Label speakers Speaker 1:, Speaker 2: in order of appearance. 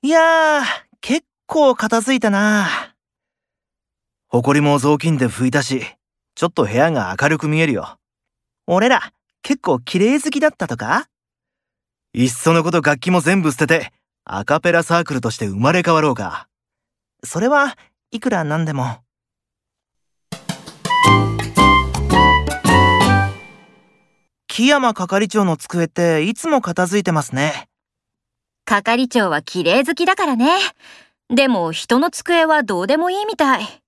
Speaker 1: いやー、結構片付いたな。埃も雑巾で拭いたし、ちょっと部屋が明るく見えるよ。俺ら、結構綺麗好きだったとかいっそのこと楽器も全部捨てて、アカペラサークルとして生まれ変わろうか。それはいくらなんでも。木山係長の机っていつも片付いてますね。
Speaker 2: 係長は綺麗好きだからね。でも人の机はどうでもいいみたい。